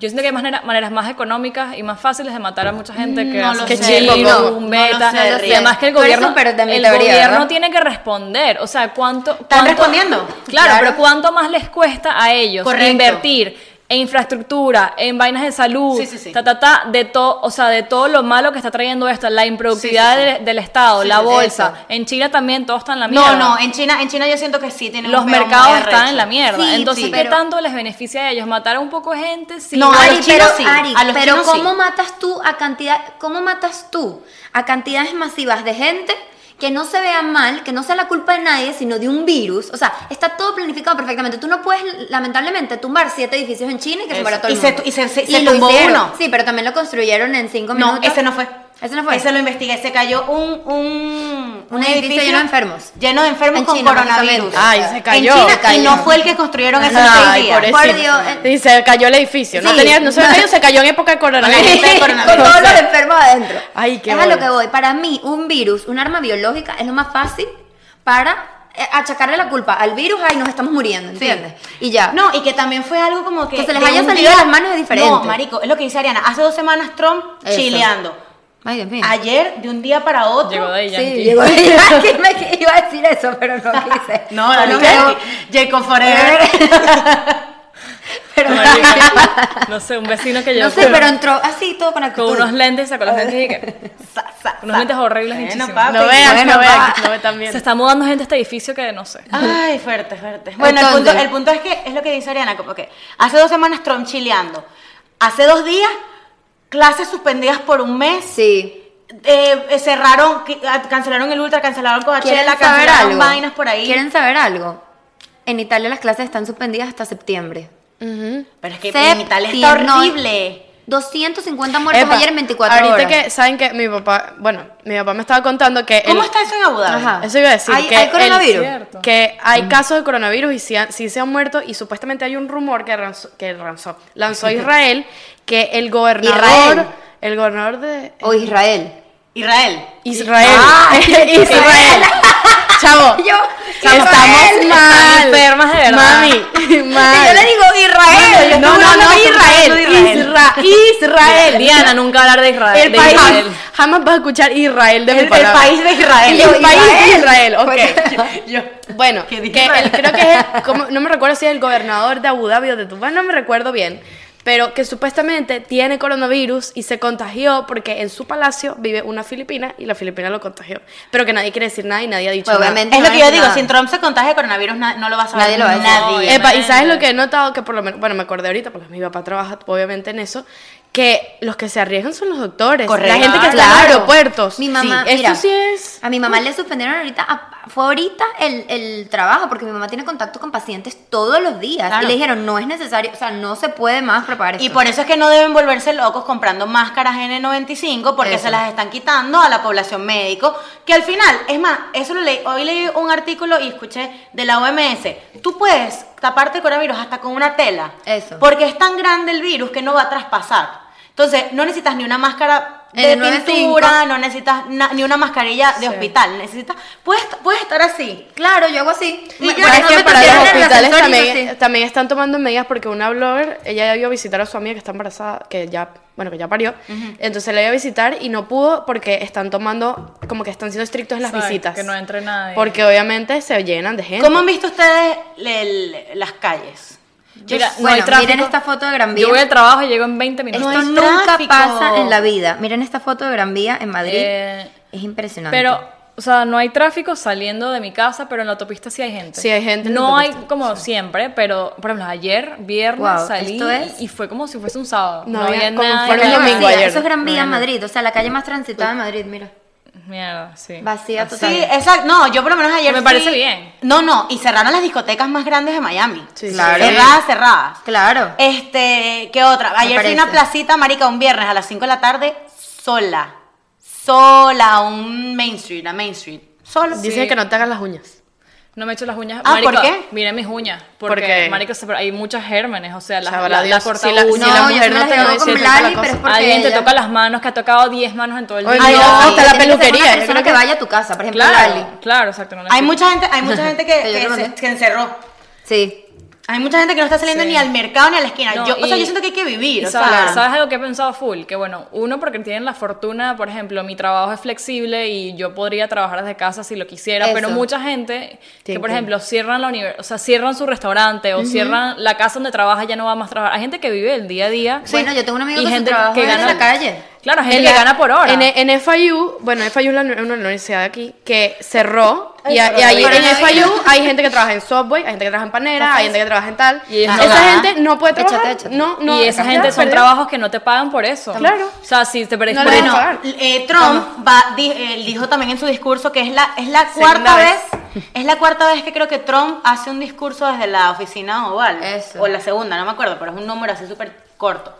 S3: Yo siento que hay manera- maneras más económicas y más fáciles de matar a mucha gente que
S1: No
S3: hacer
S1: lo
S3: que
S1: sé.
S3: chivo,
S1: Qué chingo. No lo
S3: un beta.
S1: sé, no lo sé.
S3: Además que el
S2: Tú eres
S3: gobierno,
S2: súper de mi
S3: el
S2: teoría,
S3: gobierno
S2: ¿verdad?
S3: tiene que responder. O sea, ¿cuánto?
S1: Están
S3: cuánto-
S1: respondiendo.
S3: Claro,
S2: Claro.
S3: pero ¿cuánto más les cuesta a ellos
S1: Correcto.
S3: invertir? en infraestructura, en vainas de salud,
S1: Sí, sí, sí.
S3: ta ta ta, de todo, o sea, de todo lo malo que está trayendo esto, la improductividad
S1: Sí, sí, sí.
S3: del, del estado,
S1: Sí,
S3: la
S1: sí, sí,
S3: bolsa.
S1: eso.
S3: En China también todo está en la mierda.
S1: no, no, en China, en China yo siento que sí tienen
S3: los
S1: un peo muy
S3: mercados
S1: arrecho.
S3: están en la mierda.
S2: Sí,
S3: Entonces,
S2: sí,
S3: ¿qué
S2: pero-
S3: tanto les beneficia a ellos matar a un poco de gente? Sí.
S1: No, a
S2: Ari,
S1: los chinos
S2: pero,
S1: sí,
S2: Ari,
S1: a los
S2: pero
S1: chinos
S2: ¿cómo
S1: sí.
S2: matas tú a cantidad, cómo matas tú a cantidades masivas de gente que no se vea mal, que no sea la culpa de nadie, sino de un virus? O sea, está todo planificado perfectamente. Tú no puedes, lamentablemente, tumbar siete edificios en China y que se
S1: Eso.
S2: muera todo
S1: Y
S2: el
S1: se
S2: mundo.
S1: tu- y se- se- se
S2: lo
S1: tumbó
S2: hicieron.
S1: uno.
S2: Sí, pero también lo construyeron en cinco
S1: No,
S2: minutos.
S1: ese no fue.
S2: Ese no fue.
S1: Ese lo investigué. Se cayó un, un,
S2: Un edificio lleno de enfermos.
S1: Lleno de enfermos
S2: En
S1: con
S2: China,
S1: coronavirus. Ah,
S2: básicamente.
S4: Ay, se cayó.
S1: En China,
S2: Se cayó.
S1: y no fue el que construyeron ese
S4: Ay,
S1: día.
S2: eso-
S4: pobrecito.
S2: Por Dios, eh.
S4: Y se cayó el edificio. No,
S2: Sí.
S4: tenía, no se había
S1: [laughs]
S4: caído, se cayó en época de coronavirus. [laughs]
S1: gente de
S2: [laughs] con
S1: coronavirus.
S2: todos los enfermos adentro.
S4: Ay, qué
S2: es a lo
S4: bolas.
S2: que voy. Para mí, un virus, un arma biológica, es lo más fácil para eh, achacarle la culpa al virus. Ay, nos estamos muriendo, ¿entiendes? Y ya.
S1: No, y que también fue algo como que.
S2: Que se les
S1: de
S2: haya
S1: un
S2: salido de las manos es diferente.
S1: No, marico, es lo que dice Ariana. Hace dos semanas Trump
S2: Eso.
S1: chileando.
S2: Ay, Dios mío.
S1: Ayer, de un día para otro.
S3: Llegó de ahí,
S2: sí, [laughs]
S3: Yankee. [laughs]
S2: llegó Yankee, me que- iba a decir eso, pero no quise.
S1: No, la
S2: Pero
S1: dije,
S2: luego-
S1: Jacob Forever.
S2: [laughs] Pero, [laughs]
S3: Marica, no sé, un vecino que yo
S2: no sé, pero entró así todo con
S3: con
S2: actitud.
S3: unos lentes, sacó los lentes y que
S1: Sa, sa,
S3: unos
S1: sa.
S3: lentes horribles
S1: Bueno,
S3: hinchísimos.
S1: papi.
S4: No vean,
S2: Bueno,
S4: no vean,
S2: va.
S4: no ve también.
S3: Se está mudando gente a este edificio que no sé.
S1: Ay, fuerte, fuerte. Bueno, el punto,
S2: Entonces-
S1: el punto es que es lo que dice Ariana, como que hace dos semanas Trump chileando. Hace dos días, clases suspendidas por un mes.
S2: Sí.
S1: Eh, eh, cerraron, qui- ah, cancelaron el Ultra, cancelaron Coachella,
S2: ¿Quieren saber
S1: cancelaron
S2: algo?
S1: vainas por ahí.
S2: ¿Quieren saber algo? En Italia las clases están suspendidas hasta septiembre.
S1: Pero es que en
S2: Septiembre.
S1: Italia está horrible.
S2: 250 muertos
S4: Epa,
S2: ayer en 24
S4: ahorita
S2: horas.
S4: que, ¿saben que Mi papá, bueno, mi papá me estaba contando que...
S1: ¿Cómo
S4: el-
S1: está eso en Abu Dhabi?
S2: Ajá.
S4: Eso iba a decir
S2: Ah. ¿Hay-
S4: que
S2: hay
S4: el-
S2: coronavirus?
S3: Cierto.
S4: que hay
S3: Mm.
S4: casos de coronavirus y sí, han- sí se han muerto y supuestamente hay un rumor que lanzó, que lanzó, lanzó Israel que el gobernador
S2: Israel. Ah,
S4: el gobernador de
S2: O Israel.
S1: Israel.
S4: Israel
S2: [laughs]
S4: [laughs]
S2: Ah,
S4: Israel chavo
S2: Yo,
S4: chavo, estamos mal
S3: enfermas de verdad.
S4: mami mal
S2: yo le digo Israel.
S4: no no no Israel Isra-
S1: [laughs]
S4: Israel
S3: Diana nunca hablar de Israel.
S4: el
S3: de
S4: país
S3: Israel.
S4: jamás vas a escuchar Israel de mi
S1: El, el
S4: palabra.
S1: país de Israel.
S4: El país
S1: [laughs]
S4: de Israel,
S2: Bueno.
S4: ok. Bueno,
S1: ¿Qué
S4: que
S1: dijo?
S4: él creo que es, el- como- no me recuerdo si es el gobernador de Abu Dhabi o de Dubái, no me recuerdo bien, pero que supuestamente tiene coronavirus y se contagió porque en su palacio vive una filipina y la filipina lo contagió, pero que nadie quiere decir nada y nadie ha dicho
S2: Pues,
S4: nada.
S2: obviamente.
S1: Es lo
S2: No
S1: que yo
S2: es
S1: digo,
S2: nada.
S1: si Trump se contagia de coronavirus, na- no lo va a saber
S2: Nadie lo va a decir.
S1: nadie.
S4: Epa, y sabes lo que he notado que por lo menos, bueno, me acordé ahorita, porque mi papá trabaja obviamente en eso, que los que se arriesgan son los doctores,
S1: Correcto.
S4: la gente que está en los
S2: Claro.
S4: aeropuertos.
S2: Mi mamá,
S4: Sí,
S2: mira,
S4: esto sí es.
S2: A mi mamá le suspendieron ahorita, a- fue ahorita el, el trabajo, porque mi mamá tiene contacto con pacientes todos los días.
S1: Claro.
S2: Y le dijeron, no es necesario, o sea, no se puede más preparar esto.
S1: Y por eso es que no deben volverse locos comprando máscaras N95 porque
S2: Eso.
S1: se las están quitando a la población médico, que al final, es más, eso lo leí, hoy leí un artículo y escuché de la OMS, tú puedes taparte el coronavirus hasta con una tela,
S2: Eso.
S1: porque es tan grande el virus que no va a traspasar. Entonces, no necesitas ni una máscara de
S2: El 95.
S1: pintura, no necesitas na- ni una mascarilla de hospital, necesitas puedes puedes estar así.
S2: Claro, yo hago así.
S1: Y yo,
S4: Bueno, es
S1: no
S4: que
S1: me
S4: para
S1: tuvieron
S4: los
S1: en el
S4: hospitales
S2: ascensor y yo
S4: también,
S2: sí.
S4: también están tomando medidas porque una blogger, ella ya iba a visitar a su amiga que está embarazada, que ya, bueno, que ya parió. Entonces la iba a visitar y no pudo porque están tomando, como que están siendo estrictos en las
S3: Exacto,
S4: visitas.
S3: que no entre nadie.
S4: Porque obviamente se llenan de gente.
S1: ¿Cómo han visto ustedes el- las calles?
S3: Mira, no hay
S2: Bueno,
S3: tráfico.
S2: miren esta foto de Gran Vía.
S3: Yo voy al trabajo y llego en 20
S2: Esto
S3: minutos.
S1: hay
S2: nunca
S1: tráfico.
S2: pasa en la vida. Miren esta foto de Gran Vía en Madrid.
S3: Eh,
S2: es impresionante.
S3: Pero, o sea, no hay tráfico saliendo de mi casa, pero en la autopista sí hay gente.
S4: Sí hay gente en la
S3: No hay
S4: autopista,
S3: como siempre, pero, por ejemplo, ayer, viernes,
S2: Wow,
S3: salí
S2: esto es-
S3: y, y fue como si fuese un sábado.
S4: No
S3: No,
S4: había-
S3: había
S4: como
S3: nada.
S4: fuera un
S2: Gran
S4: domingo
S2: Vía,
S4: ayer.
S2: Eso Ah, es Gran Vía en
S4: Bueno.
S2: Madrid. O sea, la calle más transitada de Madrid, mira.
S3: Mierda, sí.
S2: Vacía total.
S1: Sí, exacto. No, yo por lo menos ayer
S3: Me
S1: fui-
S3: parece bien.
S1: No, no, y cerraron las discotecas más grandes de Miami.
S4: Sí,
S2: Claro.
S1: Cerradas, cerradas.
S2: Claro.
S1: Este, ¿qué otra? Ayer fui a una
S2: parece.
S1: placita, marica, un viernes a las 5 de la tarde, sola. Sola, a un Main Street, a Main Street. Sola.
S4: Dicen que no te hagas las uñas.
S3: No me he hecho las uñas.
S1: Ah, ¿por
S3: Marico,
S1: qué?
S3: Mira mis uñas.
S4: ¿Por
S3: Porque,
S4: qué?
S3: marico, se- hay muchos gérmenes. O sea, la,
S4: Sabrá
S3: la, la
S4: Dios,
S3: corta
S4: si la- si
S3: uña.
S2: no,
S4: la
S2: yo
S4: mujer
S2: sí
S4: no
S2: me las
S4: te
S2: llevo
S4: dice
S2: con
S4: tal
S2: Lali,
S4: cosa.
S2: pero es porque
S3: Alguien te
S2: ella-
S3: toca las manos, que ha tocado 10 manos en todo el día.
S4: Oye,
S1: Ay,
S4: no,
S1: no,
S4: hasta
S2: tiene que ser
S4: la
S2: Una
S4: peluquería. yo
S2: persona
S4: creo
S2: que
S4: que-
S2: vaya a tu casa, por ejemplo, Lali.
S3: Claro, claro, exacto. no
S1: Hay
S3: necesito-
S1: mucha gente, hay mucha
S3: [laughs]
S1: gente que,
S2: Que yo
S1: que
S2: te
S1: se,
S2: mandé.
S1: que encerró.
S2: Sí.
S1: Hay mucha gente que no está saliendo
S3: Sí.
S1: ni al mercado ni a la esquina.
S3: No,
S1: yo, o sea,
S3: y-
S1: yo siento que hay que vivir.
S3: y
S1: O
S3: ¿sabes,
S1: sea,
S3: ¿Sabes algo que he pensado full? Que bueno, uno porque tienen la fortuna, por ejemplo, mi trabajo es flexible y yo podría trabajar desde casa si lo quisiera,
S2: Eso.
S3: pero mucha gente que, por
S4: entiendo.
S3: ejemplo, cierran la univers- o sea, cierran su restaurante o cierran la casa donde trabaja, ya no va más a trabajar. Hay gente que vive el día a día.
S2: Bueno, yo tengo un amigo
S3: y
S2: que su
S3: gente
S2: trabajo
S3: que
S2: es en
S3: gana
S2: la calle.
S3: Claro, gente
S4: En
S3: que
S4: la-
S3: gana por hora.
S4: En, E- en FIU, bueno, FIU es la- una universidad de aquí que cerró. Y, a- y ahí,
S2: coronavirus.
S4: en FIU hay gente que trabaja en Subway, hay gente que trabaja en Panera, hay gente que trabaja en tal.
S3: Y ellos
S4: Ah,
S3: no
S4: esa
S3: ganan.
S4: gente no puede
S2: Échate,
S4: trabajar.
S2: échate.
S4: No, no,
S3: y esa
S4: ya
S3: gente son
S4: perdió.
S3: trabajos que no te pagan por eso.
S4: Claro.
S3: O sea, si te parece
S4: No le
S3: bueno,
S4: van a pagar.
S1: Bueno, eh, Trump va, di- él dijo también en su discurso que es la, es la cuarta vez.
S4: vez.
S1: es la cuarta vez que creo que Trump hace un discurso desde la oficina oval,
S2: Eso.
S1: o la segunda, no me acuerdo, pero es un número así súper corto,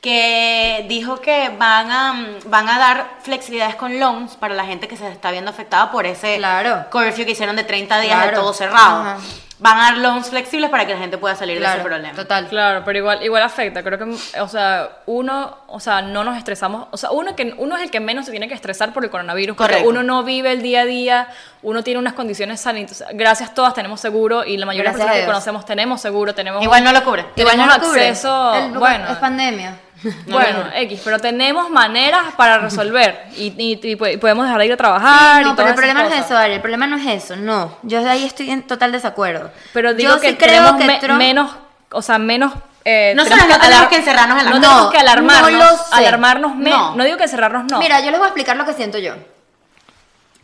S1: que dijo que van a, mm, van a dar flexibilidades con loans para la gente que se está viendo afectada por ese
S2: Claro.
S1: curfew que hicieron de 30 días de
S2: Claro.
S1: todo cerrado.
S2: Ajá.
S1: Van a dar loans flexibles para que la gente pueda salir de
S2: Claro,
S1: ese problema.
S2: total.
S3: Claro, pero igual, igual afecta. Creo que, o sea, uno, o sea, no nos estresamos. O sea, uno que uno es el que menos se tiene que estresar por el coronavirus. porque
S1: Correcto.
S3: Uno no vive el día a día. Uno tiene unas condiciones sanitarias. Gracias todas tenemos seguro y la mayoría
S2: Gracias a
S3: de las personas que
S2: Dios.
S3: conocemos tenemos seguro, tenemos
S1: Igual no lo cubre.
S3: Tenemos
S2: Igual no lo cubre.
S3: acceso-
S2: El-
S3: bueno.
S2: Es pandemia.
S3: [laughs] bueno, X, pero tenemos maneras para resolver y, y- y po- y podemos dejar de ir a trabajar y
S2: No, pero el
S3: todas esas
S2: problema no es
S3: cosas.
S2: eso, Ari, el problema no es eso, no. Yo de ahí estoy en total desacuerdo.
S3: Pero digo
S2: Yo
S3: que
S2: sí creo
S3: tenemos
S2: que
S3: me-
S2: Trump-
S3: menos, o sea, menos... eh,
S1: Nosotros no tenemos
S3: alar-
S1: que encerrarnos en la
S3: No
S1: casa.
S3: tenemos que
S2: No,
S3: alarmarnos.
S2: no lo sé.
S3: Alarmarnos menos.
S1: No.
S3: No. digo que encerrarnos no.
S2: Mira, yo les voy a explicar lo que siento yo.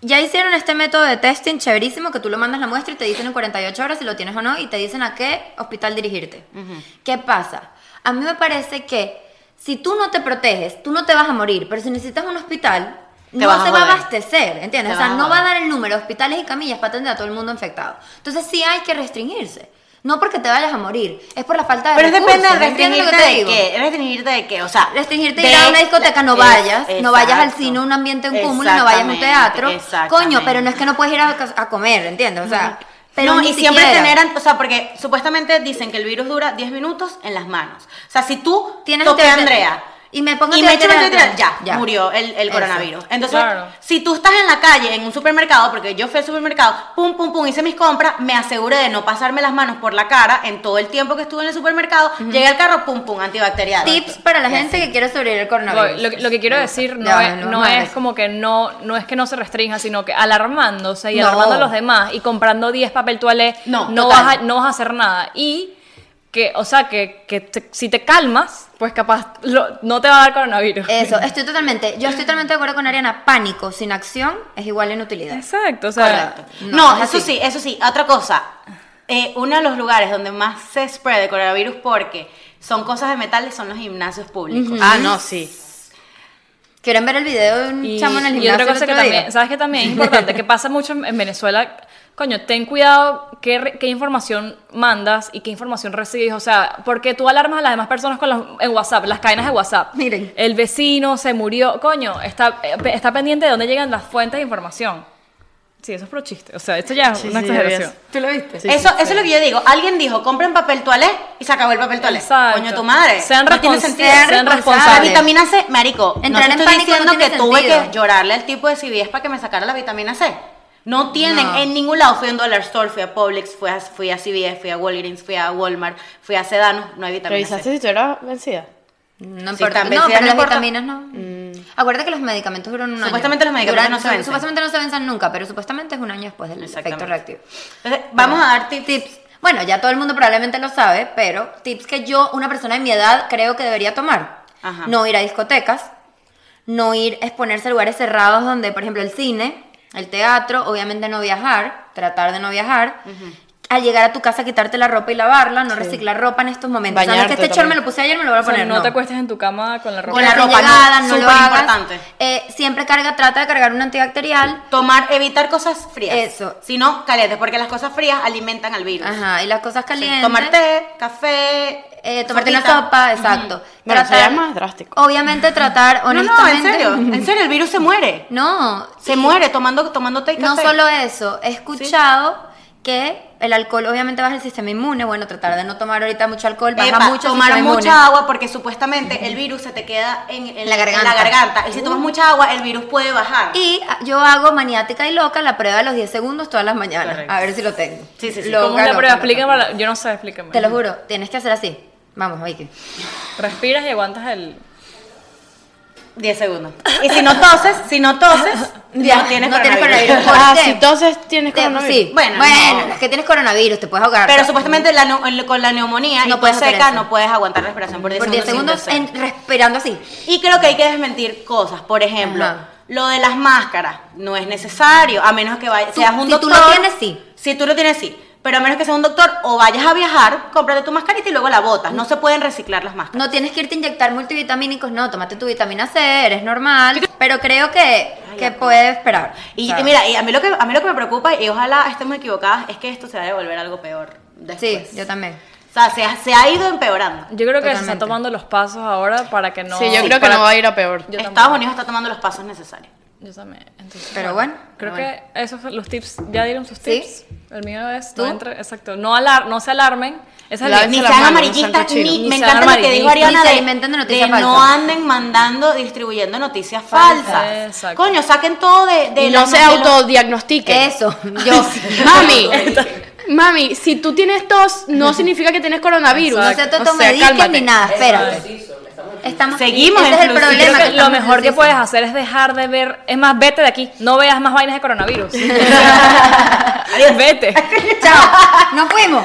S2: Ya hicieron este método de testing chéverísimo que tú lo mandas la muestra y te dicen en 48 horas si lo tienes o no y te dicen a qué hospital dirigirte. ¿Qué pasa? A mí me parece que si tú no te proteges, tú no te vas a morir, pero si necesitas un hospital,
S1: Te
S2: no
S1: vas a
S2: se va a
S1: joder.
S2: abastecer, ¿entiendes?
S1: Te
S2: o sea,
S1: vas a
S2: no va a
S1: joder.
S2: dar el número de hospitales y camillas para atender a todo el mundo infectado. Entonces sí hay que restringirse. No porque te vayas a morir, es por la falta de
S1: Pero es depende de
S2: recursos, ¿entiendes lo que
S1: restringirte
S2: te
S1: de
S2: digo?
S1: qué. Restringirte de qué. O sea,
S2: Restringirte
S1: de-
S2: ir a una discoteca, no
S1: Es-
S2: vayas, no vayas al
S1: e- exacto.
S2: cine, un ambiente, un cúmulo, no vayas a un
S1: Exactamente,
S2: teatro. Coño,
S1: exactamente.
S2: pero no es que no puedes ir a, ca- a comer, ¿entiendes? O sea, pero
S1: no,
S2: ni
S1: y siempre
S2: siquiera.
S1: tener, an- o sea, porque supuestamente dicen que el virus dura 10 minutos en las manos. O sea, si tú
S2: Tienes
S1: toqué a
S2: antibacterial.
S1: Andrea
S2: Y me pongo
S1: y me echo un
S2: antibacterial.
S1: antibacterial, ya,
S2: Ya.
S1: murió el, el
S2: Eso.
S1: coronavirus. Entonces,
S3: Claro.
S1: si tú estás en la calle, en un supermercado, porque yo fui al supermercado, pum, pum, pum, hice mis compras, me aseguré de no pasarme las manos por la cara en todo el tiempo que estuve en el supermercado, llegué al carro, pum, pum, antibacterial.
S2: Tips para la gente que quiere sobrevivir al coronavirus.
S3: Voy, Lo, que- lo que quiero decir no
S2: Ya,
S3: es,
S2: no,
S3: no
S2: no,
S3: es
S2: gracias.
S3: como que no, no es que no se restrinja, sino que alarmándose y
S2: No.
S3: alarmando a los demás y comprando 10 papel toalé,
S1: No,
S3: no,
S1: total.
S3: vas a, no vas a hacer nada. Y que, o sea, que, que te- si te calmas, pues capaz lo- no te va a dar coronavirus.
S2: Eso, estoy totalmente, yo estoy totalmente de acuerdo con Ariana, pánico sin acción es igual a inutilidad.
S3: [laughs] Exacto, o sea,
S2: Correcto.
S1: No,
S2: es
S1: eso
S2: así.
S1: sí, eso sí. Otra cosa, eh, uno de los lugares donde más se spread el coronavirus porque son cosas de metales son los gimnasios públicos.
S4: Ah, no, sí.
S2: ¿Quieren ver el video de un
S3: Y,
S2: chamo en el
S3: y
S2: gimnasio
S3: otra
S2: el
S3: cosa que
S2: otro día?
S3: también, ¿sabes que
S2: [laughs]
S3: también es importante? Que pasa mucho en, en Venezuela. Coño, ten cuidado qué, re- qué información mandas y qué información recibes. O sea, porque tú alarmas a las demás personas con las, en WhatsApp, las cadenas de WhatsApp.
S2: Miren.
S3: El vecino se murió. Coño, está, eh, pe- está pendiente de dónde llegan las fuentes de información. Sí, eso es pro chiste. O sea, esto ya es
S4: Sí,
S3: una
S4: sí, ya
S3: exageración.
S4: ves.
S2: ¿Tú lo viste?
S4: Sí,
S1: eso, eso es lo que yo digo. Alguien dijo, compren papel toalé y se acabó el papel toalé.
S3: Exacto.
S1: Coño, tu madre.
S3: Sean
S1: no tiene
S3: respons-
S1: sentido.
S2: sean
S1: La
S2: responsables.
S1: vitamina C, marico.
S2: Entrar
S1: no te
S2: en
S1: estoy
S2: pánico
S1: diciendo
S2: no
S1: que
S2: tiene
S1: tuve que
S2: sentido.
S1: llorarle al tipo de CVS para que me sacara la vitamina C. No tienen
S2: No.
S1: en ningún lado. Fui a un Dollar Store, fui a Publix, fui a, fui a CVS, fui a Walgreens, fui a Walmart, fui a Sedano. No hay vitamina
S4: ¿Revisaste
S1: C.
S4: si tú eras vencida?
S2: No
S1: Sí,
S2: importa.
S1: están
S2: no,
S1: vencidas, no
S2: pero las
S1: importa. Mm.
S2: vitaminas no. Acuérdate que los medicamentos duran un año.
S1: Supuestamente los medicamentos
S2: Duran-
S1: no se vencen.
S2: Supuestamente no se vencen nunca, pero supuestamente es un año después del efecto
S1: Exactamente.
S2: reactivo.
S1: Entonces, vamos a dar tips.
S2: Bueno, ya todo el mundo probablemente lo sabe, pero tips que yo, una persona de mi edad, creo que debería tomar.
S1: Ajá.
S2: No ir a discotecas, no ir a exponerse a lugares cerrados donde, por ejemplo, el cine, el teatro, obviamente no viajar, tratar de no viajar. Al llegar a tu casa, quitarte la ropa y lavarla, no reciclar ropa en estos momentos. Sabes
S4: Bañarte
S2: que este short me
S4: también.
S2: lo puse ayer, me lo voy a
S3: O sea,
S2: poner.
S3: no,
S2: no.
S3: te acuestes en tu cama con la ropa.
S1: Con la
S2: Recién
S1: ropa no,
S2: llegada, no, lo
S1: súper
S2: hagas.
S1: importante.
S2: Eh, siempre carga, trata de cargar un antibacterial.
S1: Tomar, evitar cosas frías.
S2: Eso.
S1: Si no, calientes, porque las cosas frías alimentan al virus.
S2: Ajá, y las cosas calientes.
S1: Tomar té, café,
S2: eh, tomarte una
S1: sopita.
S2: sopa, exacto.
S4: Bueno, sería más drástico.
S2: Oh, Obviamente tratar,
S1: No, no, en
S2: honestamente.
S1: serio, en serio, el virus se muere.
S2: No,
S1: Se muere tomando, tomando té y
S2: no
S1: café.
S2: solo eso. He escuchado que el alcohol obviamente baja el sistema inmune. Bueno, tratar de no tomar ahorita mucho alcohol baja
S1: Epa,
S2: mucho el
S1: tomar
S2: sistema
S1: mucha
S2: inmune.
S1: agua porque supuestamente el virus se te queda en, en-
S2: La garganta. Uh.
S1: en la garganta. Y si tomas mucha agua, el virus puede bajar.
S2: Y ah, yo hago maniática y loca la prueba de los 10 segundos todas las mañanas.
S1: Correcto.
S2: A ver si lo tengo.
S1: Sí, sí, sí.
S2: Loca,
S3: ¿Cómo es la
S2: loca,
S3: prueba?
S2: loca.
S3: Explícame. la- Yo no sé, explícame.
S2: Te lo juro, tienes que hacer así. Vamos, Vicky.
S3: Respiras y aguantas el.
S1: 10
S2: [laughs]
S1: segundos. Y si no toses, si no toses,
S2: Ya,
S1: no tienes
S2: no tienes
S1: coronavirus.
S2: coronavirus. ¿Por
S4: Ah,
S2: qué?
S4: si entonces tienes
S2: Te-
S4: coronavirus.
S2: Sí,
S1: Bueno,
S2: bueno,
S1: no.
S2: es que tienes coronavirus, te puedes
S1: [laughs]
S2: ahogar.
S1: Pero supuestamente la neu- el- con la neumonía
S2: No
S1: y
S2: puedes
S1: puedes
S2: hacer
S1: seca,
S2: eso.
S1: no puedes aguantar respiración por 10
S2: por 10
S1: segundos.
S2: segundos
S1: sin
S2: en- respirando así.
S1: Y creo que hay que desmentir cosas. Por ejemplo,
S2: Ajá.
S1: lo de las máscaras no es necesario, a menos que vayas,
S2: Tú-
S1: seas un
S2: si tú
S1: doctor.
S2: lo tienes, sí.
S1: Si tú lo tienes, sí. Pero a menos que seas un doctor o vayas a viajar, cómprate tu mascarita y luego la botas. No se pueden reciclar las máscaras.
S2: No tienes que irte a inyectar multivitamínicos, no, tómate tu vitamina C, eres normal, pero creo que, que puedes esperar.
S1: Y,
S2: O sea,
S1: y mira, y a, mí lo que, a mí lo que me preocupa, y ojalá estemos equivocadas, es que esto se va a devolver algo peor
S2: Sí,
S1: después.
S2: yo también.
S1: O sea, se, ha- se ha ido empeorando.
S3: Yo creo que se
S2: Totalmente.
S3: están tomando los pasos ahora para que no.
S4: sí, yo creo que
S3: para-
S4: no va a ir a peor.
S3: Yo
S1: Estados
S3: tampoco.
S1: Unidos está tomando los pasos necesarios.
S3: Yo también. Entonces,
S2: Pero bueno,
S3: Creo
S2: pero
S3: que esos son los tips. ¿Ya dieron sus
S2: ¿Sí?
S3: tips? El mío es.
S2: ¿Tú?
S3: No entre- exacto. No, alar, no se alarmen. Esa es la
S4: Lávense
S1: Ni
S4: las
S1: sean
S4: manos, no sean
S1: amarillistas,
S4: cochinos.
S1: ni,
S3: Ni
S1: me
S3: sean
S1: encanta lo que dijo
S3: amarillistas.
S1: Ariana
S2: Ni se
S1: de,
S2: alimenten de noticias
S1: de no
S2: falsas.
S1: anden mandando, distribuyendo noticias
S2: Falsas.
S1: falsas.
S3: Exacto.
S1: Coño, saquen todo de... de
S4: Y no
S1: los-
S4: se
S1: de los-
S4: autodiagnostique.
S2: Eso, [laughs] yo [laughs]
S4: Mami, mami, si tú tienes tos, no significa que tienes coronavirus.
S2: no se
S4: O sea,
S2: automediques
S4: cálmate.
S2: ni nada, espérate.
S5: Preciso, estamos
S2: Estamos,
S1: Seguimos
S2: ese es el
S1: en flujo.
S3: Yo creo
S2: problema.
S3: que
S2: que
S3: lo
S2: estamos
S3: mejor que
S2: indecisos. [laughs]
S3: puedes hacer es dejar de ver, es más, vete de aquí,
S2: [laughs]
S3: no [laughs] veas más vainas de coronavirus. vete.
S2: Chao, nos fuimos.